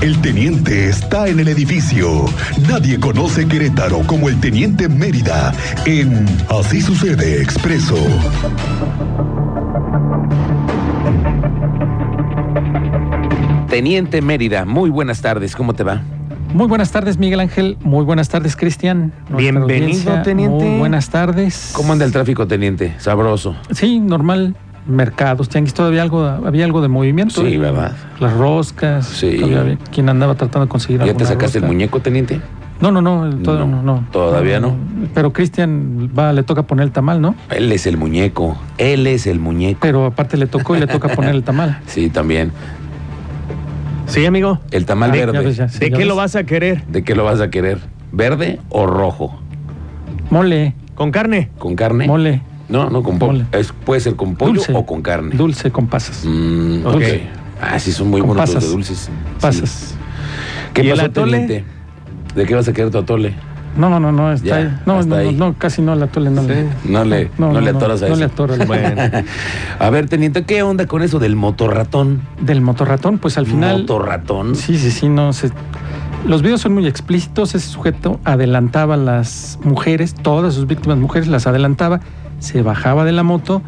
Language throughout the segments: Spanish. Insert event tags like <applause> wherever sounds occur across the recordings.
El teniente está en el edificio. Nadie conoce Querétaro como el teniente Mérida en Así sucede expreso. Teniente Mérida, muy buenas tardes, ¿cómo te va? Muy buenas tardes, Miguel Ángel. Muy buenas tardes, Cristian. Nuestra Bienvenido, audiencia, teniente. Muy buenas tardes. ¿Cómo anda el tráfico, teniente? Sabroso. Sí, normal. Mercados, tianguis, todavía algo, había algo de movimiento. Sí, ¿verdad? Las roscas. Sí. todavía había quien andaba tratando de conseguir ¿Ya te alguna sacaste el rosca. muñeco, teniente? No, no, no, el- todavía No, no, no. todavía no. Pero Cristian va, le toca poner el tamal, ¿no? Él es el muñeco. Él es el muñeco. Pero aparte le tocó y le toca poner el tamal. Sí, también. Sí, amigo. El tamal Ah, ya verde. ves, ya. ¿De ya qué lo ves. vas a querer? ¿De qué lo vas a querer? ¿Verde o rojo? Mole, ¿Con carne? ¿Con carne? mole, No, no, con pollo. Mole. Es- Puede ser con pollo dulce. o con carne. Dulce con pasas. Mm, ok. Dulce. Ah, sí, son muy Con buenos los de pasas. dulces. Pasas. Sí. ¿Qué ¿Y el pasó, atole? teniente? ¿De qué vas a querer tu atole? No, no, no, está Ya, ahí. No, hasta no, ahí. no, casi no la atole, no le. No le, no, le atoras a no eso. le atoro al- <laughs> Bueno. A ver, teniente, ¿qué onda con eso del motorratón? Del motorratón, pues al final. ¿Motorratón? Sí, sí, sí, no sé. Los videos son muy explícitos. Ese sujeto adelantaba a las mujeres, todas sus víctimas mujeres, las adelantaba, se bajaba de la moto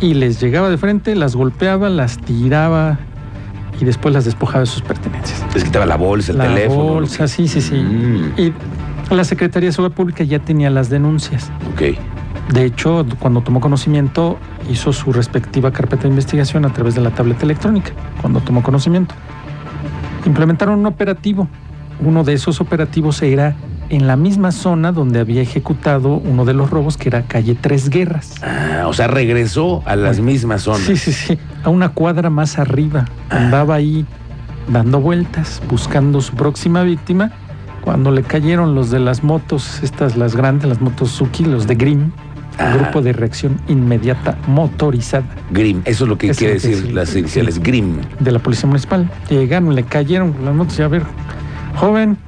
y les llegaba de frente, las golpeaba, las tiraba y después las despojaba de sus pertenencias. Les quitaba la bolsa, el la teléfono. lo bolsa, que- sí, sí, sí. Mm, Y la Secretaría de Seguridad Pública ya tenía las denuncias. ok. De hecho, cuando tomó conocimiento, hizo su respectiva carpeta de investigación a través de la tableta electrónica, cuando tomó conocimiento. Implementaron un operativo. Uno de esos operativos era en la misma zona donde había ejecutado uno de los robos, que era calle Tres Guerras. Ah, o sea, regresó a las mismas zonas. Sí, sí, sí, a una cuadra más arriba. Andaba ahí dando vueltas, buscando su próxima víctima. Cuando le cayeron los de las motos, estas las grandes, las motos Suzuki, los de Green, Ajá. Grupo de Reacción Inmediata Motorizada Grim, eso es lo que Eso quiere es lo que decir sí. las iniciales. Grim. de la Policía Municipal. Llegaron, le cayeron las motos y a ver, joven,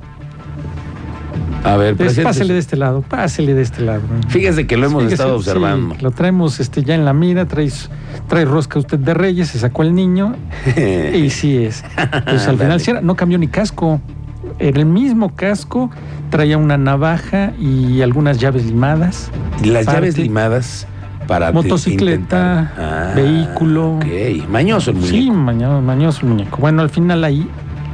A ver, es- presente. pásele de este lado, pásele de este lado. Fíjese que lo hemos Fíjese, estado sí, observando. lo traemos este, ya en la mira, trae, trae rosca usted de Reyes, se sacó el niño <laughs> Y sí es. Pues al Ándale. final sí era- no cambió ni casco. Era el mismo casco, traía una navaja y algunas llaves limadas. Las Parte- llaves limadas para te- Motocicleta, intentar- Ah, vehículo. Ok, mañoso el Sí, muñeco. mañana mañoso el muñeco. Bueno, al final ahí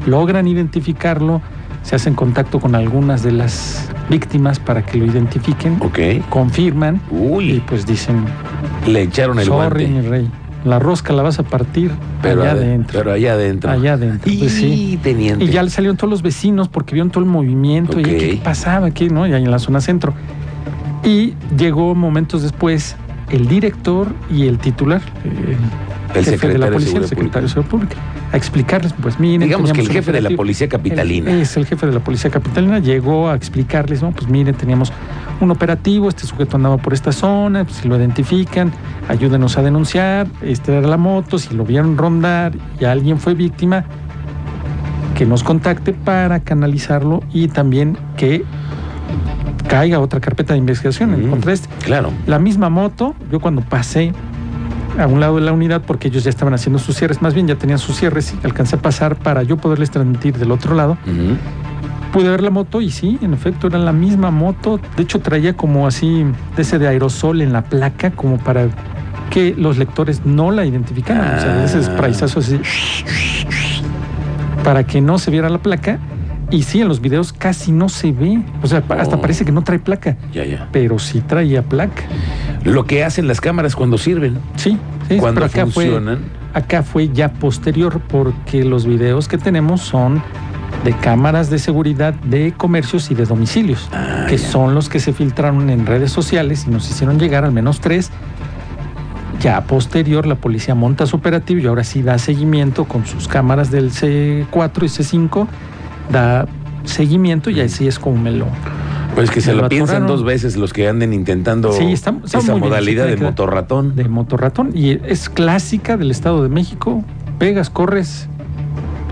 logran identificarlo, se hacen contacto con algunas de las víctimas para que lo identifiquen, Ok. confirman y Uy, pues dicen, le echaron el sorry mi guante. rey, la rosca la vas a partir Pero allá ade- adentro. Pero allá adentro. Allá adentro, Y pues sí. teniente. Y ya le salieron todos los vecinos porque vieron todo el movimiento Ok. y qué pasaba aquí, ¿no? Y ahí en la zona centro. Y llegó momentos después el director y el titular, el el jefe secretario de la policía, el de Seguridad secretario de Pública. Seguridad Pública, a explicarles, pues miren. Digamos que teníamos el un jefe de la operativo- policía capitalina. el- es el jefe de la policía capitalina, llegó a explicarles, ¿no? Pues miren, teníamos un operativo, este sujeto andaba por esta zona, pues, si lo identifican, ayúdenos a denunciar, este era la moto, si lo vieron rondar y alguien fue víctima, que nos contacte para canalizarlo y también que caiga otra carpeta de investigación Mm. en contra de este. Claro. La misma moto, yo cuando pasé a un lado de la unidad, porque ellos ya estaban haciendo sus cierres, más bien ya tenían sus cierres, y alcancé a pasar para yo poderles transmitir del otro lado. Ujú. Pude ver la moto y sí, en efecto, era la misma moto. De hecho, traía como así, de ese de aerosol en la placa, como para que los lectores no la identificaran. O sea, de ese Ah. sprayzazo así. Para que no se viera la placa. Y sí, en los videos casi no se ve. O sea, pa- hasta Oh. parece que no trae placa. Ya, ya. Pero sí traía placa. Lo que hacen las cámaras cuando sirven, Sí, sí. cuando pero acá funcionan. fue, acá fue ya posterior porque los videos que tenemos son de cámaras de seguridad de comercios y de domicilios, Ah, que ya. son los que se filtraron en redes sociales y nos hicieron llegar al menos tres. Ya posterior la policía monta su operativo y ahora sí da seguimiento con sus cámaras del C4 y C5, da seguimiento y así es como me lo... Pues que se Me lo lo piensan atoraron. dos veces los que anden intentando Sí, está- esa está muy bien, sí, modalidad tiene de que dar- motorratón. de motorratón y es clásica del Estado de México. Pegas, corres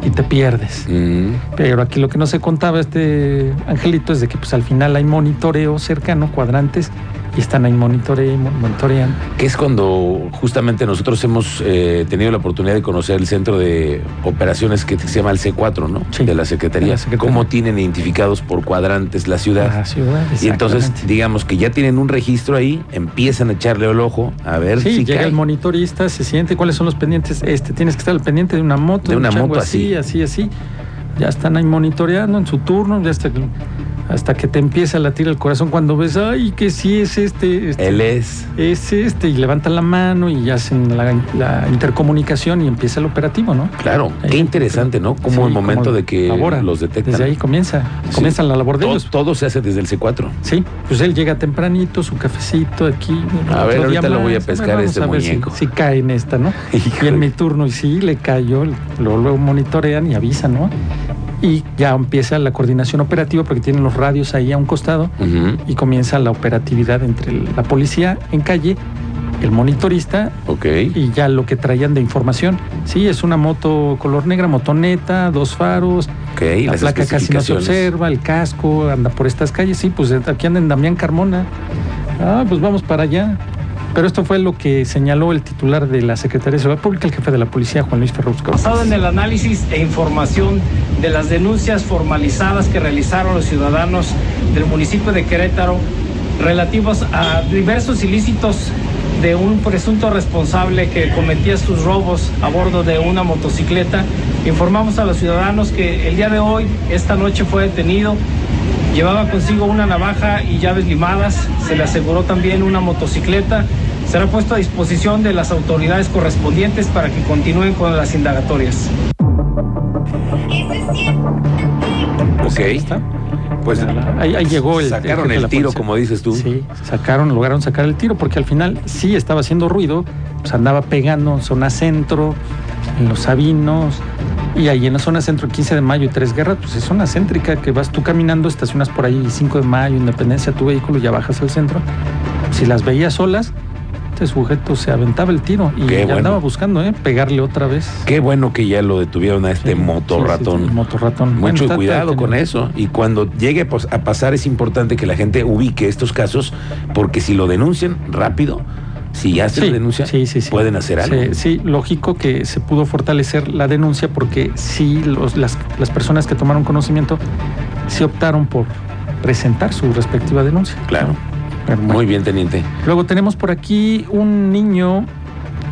y te pierdes. Mm. Pero aquí lo que no se contaba este angelito es de que pues al final hay monitoreo cercano, cuadrantes, y están ahí monitoreando, mon- monitoreando. que es cuando justamente nosotros hemos eh, tenido la oportunidad de conocer el centro de operaciones que se llama el C4, ¿no? Sí. de la Secretaría. De la Secretaría. Cómo tienen identificados por cuadrantes la ciudad. la ciudad, Y entonces, exactamente. digamos que ya tienen un registro ahí, empiezan a echarle el ojo a ver Sí, si llega cae. el monitorista, se siente cuáles son los pendientes. Este, tienes que estar al pendiente de una moto, De una un chango moto así, así, así. Ya están ahí monitoreando en su turno, ya hasta que, hasta que te empieza a latir el corazón cuando ves, ay, que sí es este, este, Él es. es este, y levantan la mano y hacen la, la intercomunicación y empieza el operativo, ¿no? Claro, Ahí qué está. interesante, ¿no? Como Sí, el momento como de que labora. los detectan. Desde ahí comienza, Sí. comienza la labor de todo, ellos. todo se hace desde el <laughs> C4. Sí, pues él llega tempranito, su cafecito aquí. A otro ver, día ahorita lo más. voy a pescar vamos ese a ver si- muñeco. Si, cae en esta, ¿no? Y Híjole. en mi turno, y sí, le cayó, luego, luego monitorean y avisan, ¿no? Y ya empieza la coordinación operativa porque tienen los radios ahí a un costado Ujú, y comienza la operatividad entre el- la policía en calle, el monitorista Ok. y ya lo que traían de información. Sí, es una moto color negra, motoneta, dos faros, Ok, la las placa casi no se especificaciones. observa, el casco anda por estas calles. Sí, pues aquí anda en Damián Carmona. Ah, pues vamos para allá. Pero esto fue lo que señaló el titular de la Secretaría de Seguridad Pública, el jefe de la policía, Juan Luis Ferrusco. Basado en el análisis e información de las denuncias formalizadas que realizaron los ciudadanos del municipio de Querétaro relativos a diversos ilícitos de un presunto responsable que cometía sus robos a bordo de una motocicleta, informamos a los ciudadanos que el día de hoy, esta noche, fue detenido Llevaba consigo una navaja y llaves limadas. Se le aseguró también una motocicleta. Será puesto a disposición de las autoridades correspondientes para que continúen con las indagatorias. Ok. ¿Está? Pues Ahí, ahí llegó el. sacaron jefe de el la tiro, policía. como dices tú. Sí, sacaron, lograron sacar el tiro porque al final sí estaba haciendo ruido, pues andaba pegando en zona centro, en los Sabinos, y ahí en la zona centro 15 de mayo y Tres Guerras, pues es zona céntrica que vas tú caminando, estacionas por ahí 5 de mayo, Independencia, tu vehículo, ya bajas al centro. Si las veías solas, este sujeto se aventaba el tiro y Qué ya bueno. andaba buscando, ¿eh? Pegarle otra vez. Qué bueno que ya lo detuvieron a este Sí, motorratón. sí, sí, motorratón. Bueno, Mucho está cuidado con detenido. eso. Y cuando llegue pues, a pasar es importante que la gente ubique estos casos, porque si lo denuncian rápido, si ya se Sí, lo denuncia, sí, sí, sí. pueden hacer algo. Sí, sí, lógico que se pudo fortalecer la denuncia porque sí, los- las, las personas que tomaron conocimiento sí optaron por presentar su respectiva denuncia. Claro. Pero bueno. Muy bien, teniente. Luego tenemos por aquí un niño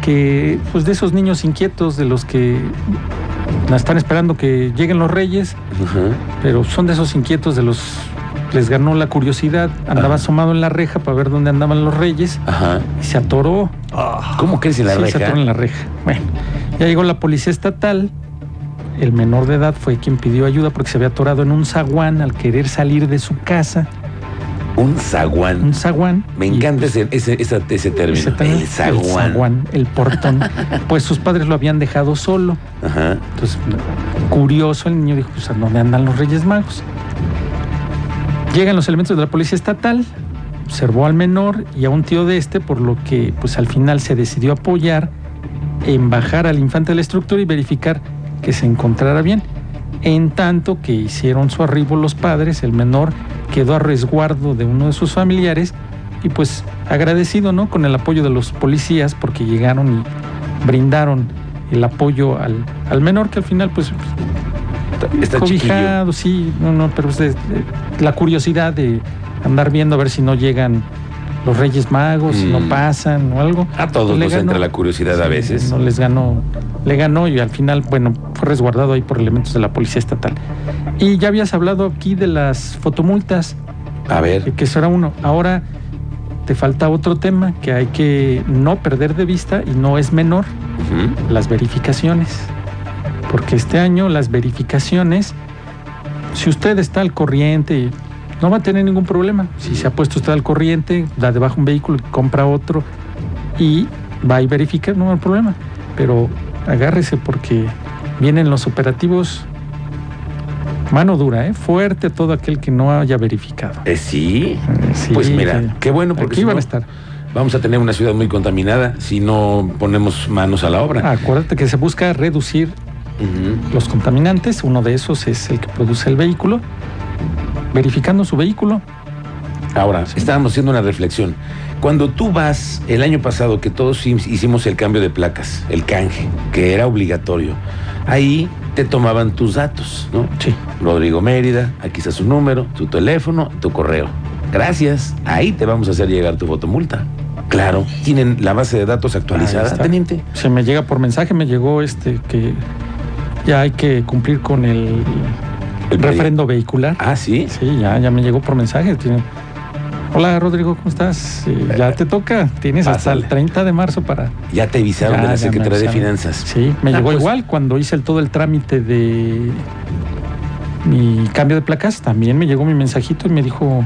que, pues de esos niños inquietos, de los que están esperando que lleguen los reyes, Ujú. pero son de esos inquietos, de los les ganó la curiosidad, andaba Ah. asomado en la reja para ver dónde andaban los reyes Ajá. y se atoró. ¿Cómo crees en la Sí, se reja? atoró en la reja. Bueno, ya llegó la policía estatal. El menor de edad fue quien pidió ayuda porque se había atorado en un zaguán al querer salir de su casa. Un Un zaguán. zaguán. Me Y, encanta pues, ese, ese- esa- ese se término. tra- El zaguán. El zaguán, <laughs> el portón. pues sus padres lo habían dejado solo. Ajá. Entonces, curioso, el niño dijo, pues, ¿a dónde andan los Reyes Magos? Llegan los elementos de la policía estatal, observó al menor y a un tío de este, por lo que pues al final se decidió apoyar en bajar al infante de la estructura y verificar que se encontrara bien. En tanto que hicieron su arribo los padres, el menor quedó a resguardo de uno de sus familiares y pues agradecido, ¿no? Con el apoyo de los policías porque llegaron y brindaron el apoyo al, al menor que al final pues Está chiquillo. cobijado, sí, no, no, pero pues, es, eh, la curiosidad de andar viendo a ver si no llegan los Reyes Magos, si Mm. no pasan o algo. A todos Pues le nos ganó. entra la curiosidad a Sí, veces. No les ganó, le ganó y al final, bueno, fue resguardado ahí por elementos de la policía estatal. Y ya habías hablado aquí de las fotomultas, A ver. eh, que eso era uno. Ahora te falta otro tema que hay que no perder de vista y no es menor, Ujú. las verificaciones. Porque este año las verificaciones, si usted está al corriente, no va a tener ningún problema. Si se ha puesto usted al corriente, da de baja un vehículo, compra otro y va y verifica, no hay problema. Pero agárrese porque vienen los operativos mano dura, ¿eh? fuerte a todo aquel que no haya verificado. Eh, sí. Sí, Pues mira, sí. qué bueno porque aquí si van no- a estar. Vamos a tener una ciudad muy contaminada si no ponemos manos a la obra. Acuérdate que se busca reducir Ujú. los contaminantes, uno de esos es el que produce el vehículo, verificando su vehículo. Ahora, estábamos haciendo una reflexión. Cuando tú vas, el año pasado que todos him- hicimos el cambio de placas, el canje, que era obligatorio, ahí te tomaban tus datos, ¿no? Sí. Rodrigo Mérida, aquí está su número, tu teléfono, tu correo. Gracias, ahí te vamos a hacer llegar tu fotomulta. Claro, tienen la base de datos Ahí actualizada, está. teniente. Se me llega por mensaje, me llegó este que ya hay que cumplir con el, El refrendo vehicular. Ah, sí. Sí, ya, ya me llegó por mensaje. tiene- Hola Rodrigo, ¿cómo estás? Eh, ya te toca. Tienes hasta Pásale. el 30 de marzo para. Ya te avisaron Ya, de la ya me Secretaría de avisaron. Finanzas. Sí, me Ah, llegó pues. igual cuando hice el, todo el trámite de mi cambio de placas. También me llegó mi mensajito y me dijo: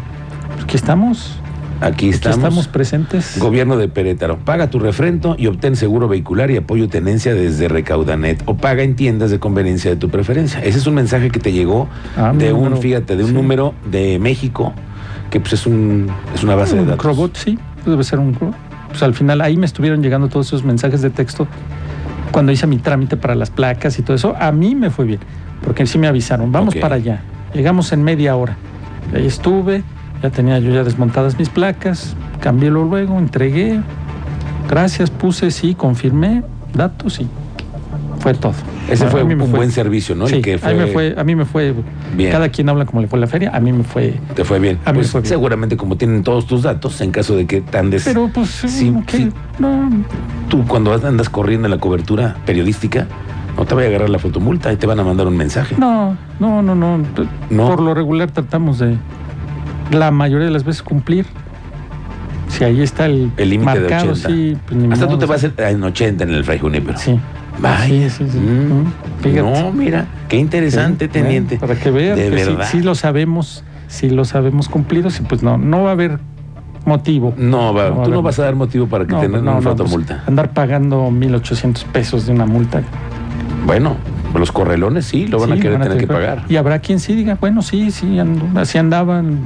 "Pues, Aquí estamos, Aquí aquí estamos. estamos presentes. Gobierno de Perétaro. Paga tu refrendo y obtén seguro vehicular y apoyo tenencia desde Recaudanet o paga en tiendas de conveniencia de tu preferencia. Ese es un mensaje que te llegó Ah, mi de un, número. fíjate, de un Sí. número de México que pues es un es una base de Un datos. robot, sí, debe ser un robot. Pues al final ahí me estuvieron llegando todos esos mensajes de texto cuando hice mi trámite para las placas y todo eso. A mí me fue bien, porque sí me avisaron, vamos Ok. para allá. Llegamos en media hora. Y Ahí estuve, ya tenía yo ya desmontadas mis placas, cambiélo luego, entregué. Gracias, puse sí, confirmé datos y fue todo. Ese A fue mí un me buen servicio, ¿no? El Sí, que a, mí me fue- fue, a mí me fue. Bien. Cada quien habla como le fue la feria, a mí me fue. Te fue bien. A mí Pues me fue bien. seguramente como tienen todos tus datos en caso de que tan des Pero pues, Sí, ¿qué? sí. no, tú cuando andas corriendo en la cobertura periodística no te vaya a agarrar la fotomulta y te van a mandar un mensaje. No, no, no, no. No. Por lo regular tratamos de la mayoría de las veces cumplir. Si ahí está el, El límite de marcado, 80. sí, pues, ni Hasta modo, tú te sí. vas en 80 en el Fray Junípero. Sí. Vaya. Sí, sí, sí. Mm. Mm, fíjate. No, mira, qué interesante, Sí, teniente. bueno, Para que vean De que sí, verdad. sí lo sabemos, sí lo sabemos cumplido, sí, pues no, no va a haber motivo. No, va, No, a tú ver, no vas a dar motivo para que No, tengan no, una no, pues, fotomulta. andar pagando 1.800 pesos de una multa. Bueno, los correlones sí, lo van a Sí, querer tener que que pagar. Y habrá quien sí diga, bueno, sí, sí, ando- así andaban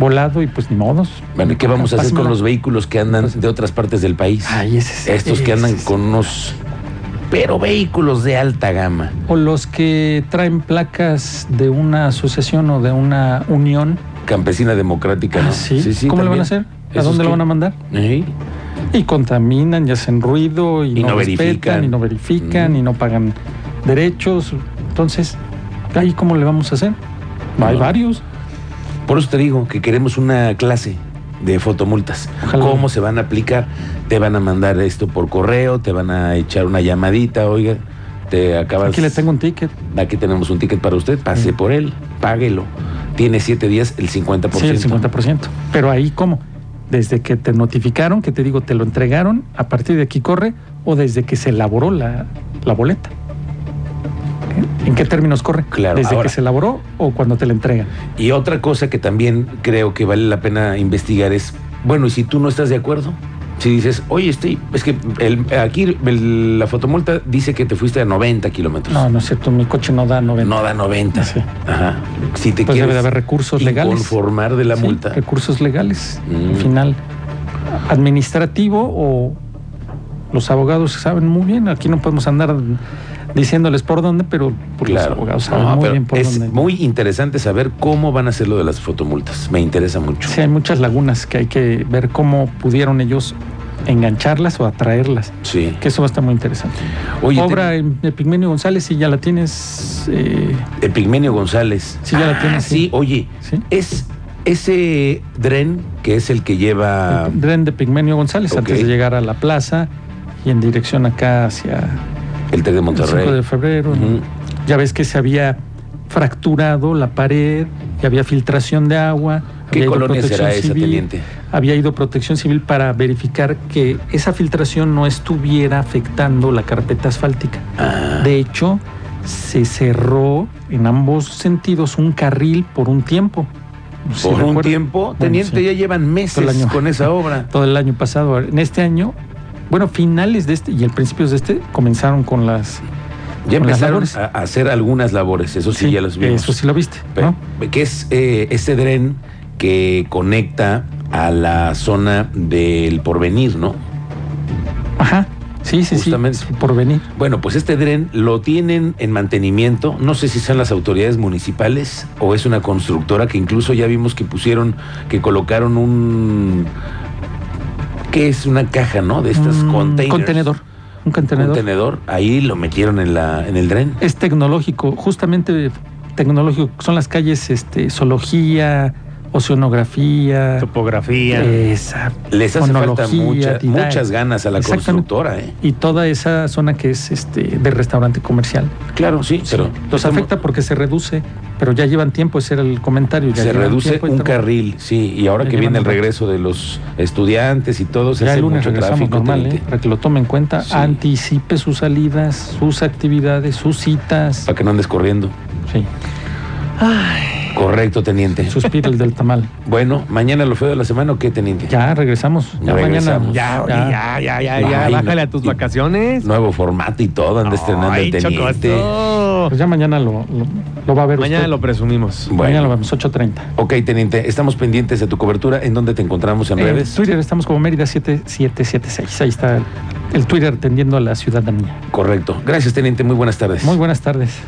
volado y pues ni modos. Bueno, ¿y ¿qué vamos a hacer con Pásamela. los vehículos que andan de otras partes del país? Pues, Ay, ese es- Estos que ese andan es- con unos, pero vehículos de alta gama. O los que traen placas de una asociación o de una unión. Campesina democrática, ¿no? Ah, ¿sí? ¿Cómo también. lo van a hacer? ¿A ¿Esos dónde lo qué? van a mandar? Ey, Y contaminan y hacen ruido y, Y no respetan verifican. y no verifican Mm. y no pagan derechos. Entonces, ¿ahí cómo le vamos a hacer? Hay No. varios. Por eso te digo que queremos una clase de fotomultas. Ojalá. ¿Cómo se van a aplicar? Te van a mandar esto por correo, te van a echar una llamadita, oiga, te acabas... Aquí le tengo un ticket. Aquí tenemos un ticket para usted, pase Mm. por él, páguelo. Tiene siete días el 50%. Sí, el 50%. Pero ahí cómo? Desde que te notificaron, que te digo, te lo entregaron, a partir de aquí corre, o desde que se elaboró la, la boleta. ¿Eh? ¿En qué términos corre? Claro, ¿Desde ahora- que se elaboró o cuando te la entregan? Y otra cosa que también creo que vale la pena investigar es, bueno, ¿y si tú no estás de acuerdo? Si dices, oye, este, es que el- aquí el- la fotomulta dice que te fuiste a 90 kilómetros. No, no es cierto, mi coche no da 90. No da 90. Sí. Ajá. Si te pues quieres debe de haber recursos legales. conformar de la Sí, multa. Recursos legales. Mm. Al final, administrativo o los abogados saben muy bien. Aquí no podemos andar diciéndoles por dónde, pero por los abogados saben No, muy pero bien por es dónde. muy interesante saber cómo van a hacer lo de las fotomultas. Me interesa mucho. Sí, hay muchas lagunas que hay que ver cómo pudieron ellos engancharlas o atraerlas. Sí. Que eso va a estar muy interesante. Oye, Obra de Pigmenio González, si ya la tienes. eh, te- Epigmenio González. Sí, ya la tienes, Ah, Sí, sí. oye, sí. es ese Dren que es el que lleva. El tren de Pigmenio González, Ah. ok. antes de llegar a la plaza y en dirección acá hacia El TEC de el 5 de Monterrey. febrero. Ujú. Ya ves que se había fracturado la pared y había filtración de agua. ¿Qué había ido colonia Protección será esa, Civil, teniente? Había ido Protección Civil para verificar que esa filtración no estuviera afectando la carpeta asfáltica. Ah, De hecho, se cerró en ambos sentidos un carril por un tiempo. No sé si por un recuerdas. tiempo, Bueno, teniente, sí. ya llevan meses Todo el año. con esa <laughs> obra. todo el año pasado. En este año, bueno, finales de este y el principio de este comenzaron con las. Ya Con las empezaron labores. a a hacer algunas labores, eso sí, ya los vimos. Eso sí lo viste, Pe- ¿no? que es eh, ese dren que conecta a la zona del porvenir, ¿no? Ajá. Sí, Sí, sí, Justamente. sí. Por venir. Bueno, pues este DREN lo tienen en mantenimiento. No sé si son las autoridades municipales o es una constructora que incluso ya vimos que pusieron, que colocaron un. ¿Qué es una caja, no? De estas Un containers. Mm, Contenedor. Un Un contenedor. contenedor. Ahí lo metieron en, la, en el DREN. Es tecnológico, justamente tecnológico. Son las calles este, zoología, oceanografía. Topografía. Esa, Les hace falta fonología, mucha- didá- muchas ganas a la Exactamente. constructora, ¿eh? Y toda esa zona que es este de restaurante comercial. Claro, sí, pero. Los estamos- afecta porque se reduce, pero ya llevan tiempo, ese era el comentario. ya se llevan reduce tiempo y un tra- carril, sí, y ahora Ya que viene el llevan- regreso de los estudiantes y todo, se Ya hace el lunes mucho regresamos tráfico. normal, teniente. ¿eh? para que lo tome en cuenta. Sí. Anticipe sus salidas, sus actividades, sus citas. Para que no andes corriendo. Sí. Correcto, teniente. Suspira el del <laughs> tamal. Bueno, mañana lo feo de la semana o qué, teniente? Ya regresamos. Ya Regresamos. mañana. Ya, oye, ya, ya, ya, Ay, ya. no. Bájale a tus Y- vacaciones. Nuevo formato y todo, anda estrenando Ay, el teniente. Chocoso. Pues ya mañana lo, lo, lo va a ver Mañana usted. lo presumimos. Bueno. Mañana lo vemos, 8.30. Ok, teniente, estamos pendientes de tu cobertura. ¿En dónde te encontramos en En redes? Twitter estamos como Mérida 7776. Ahí está el Twitter atendiendo a la ciudadanía. Correcto. Gracias, teniente. Muy buenas tardes. Muy buenas tardes.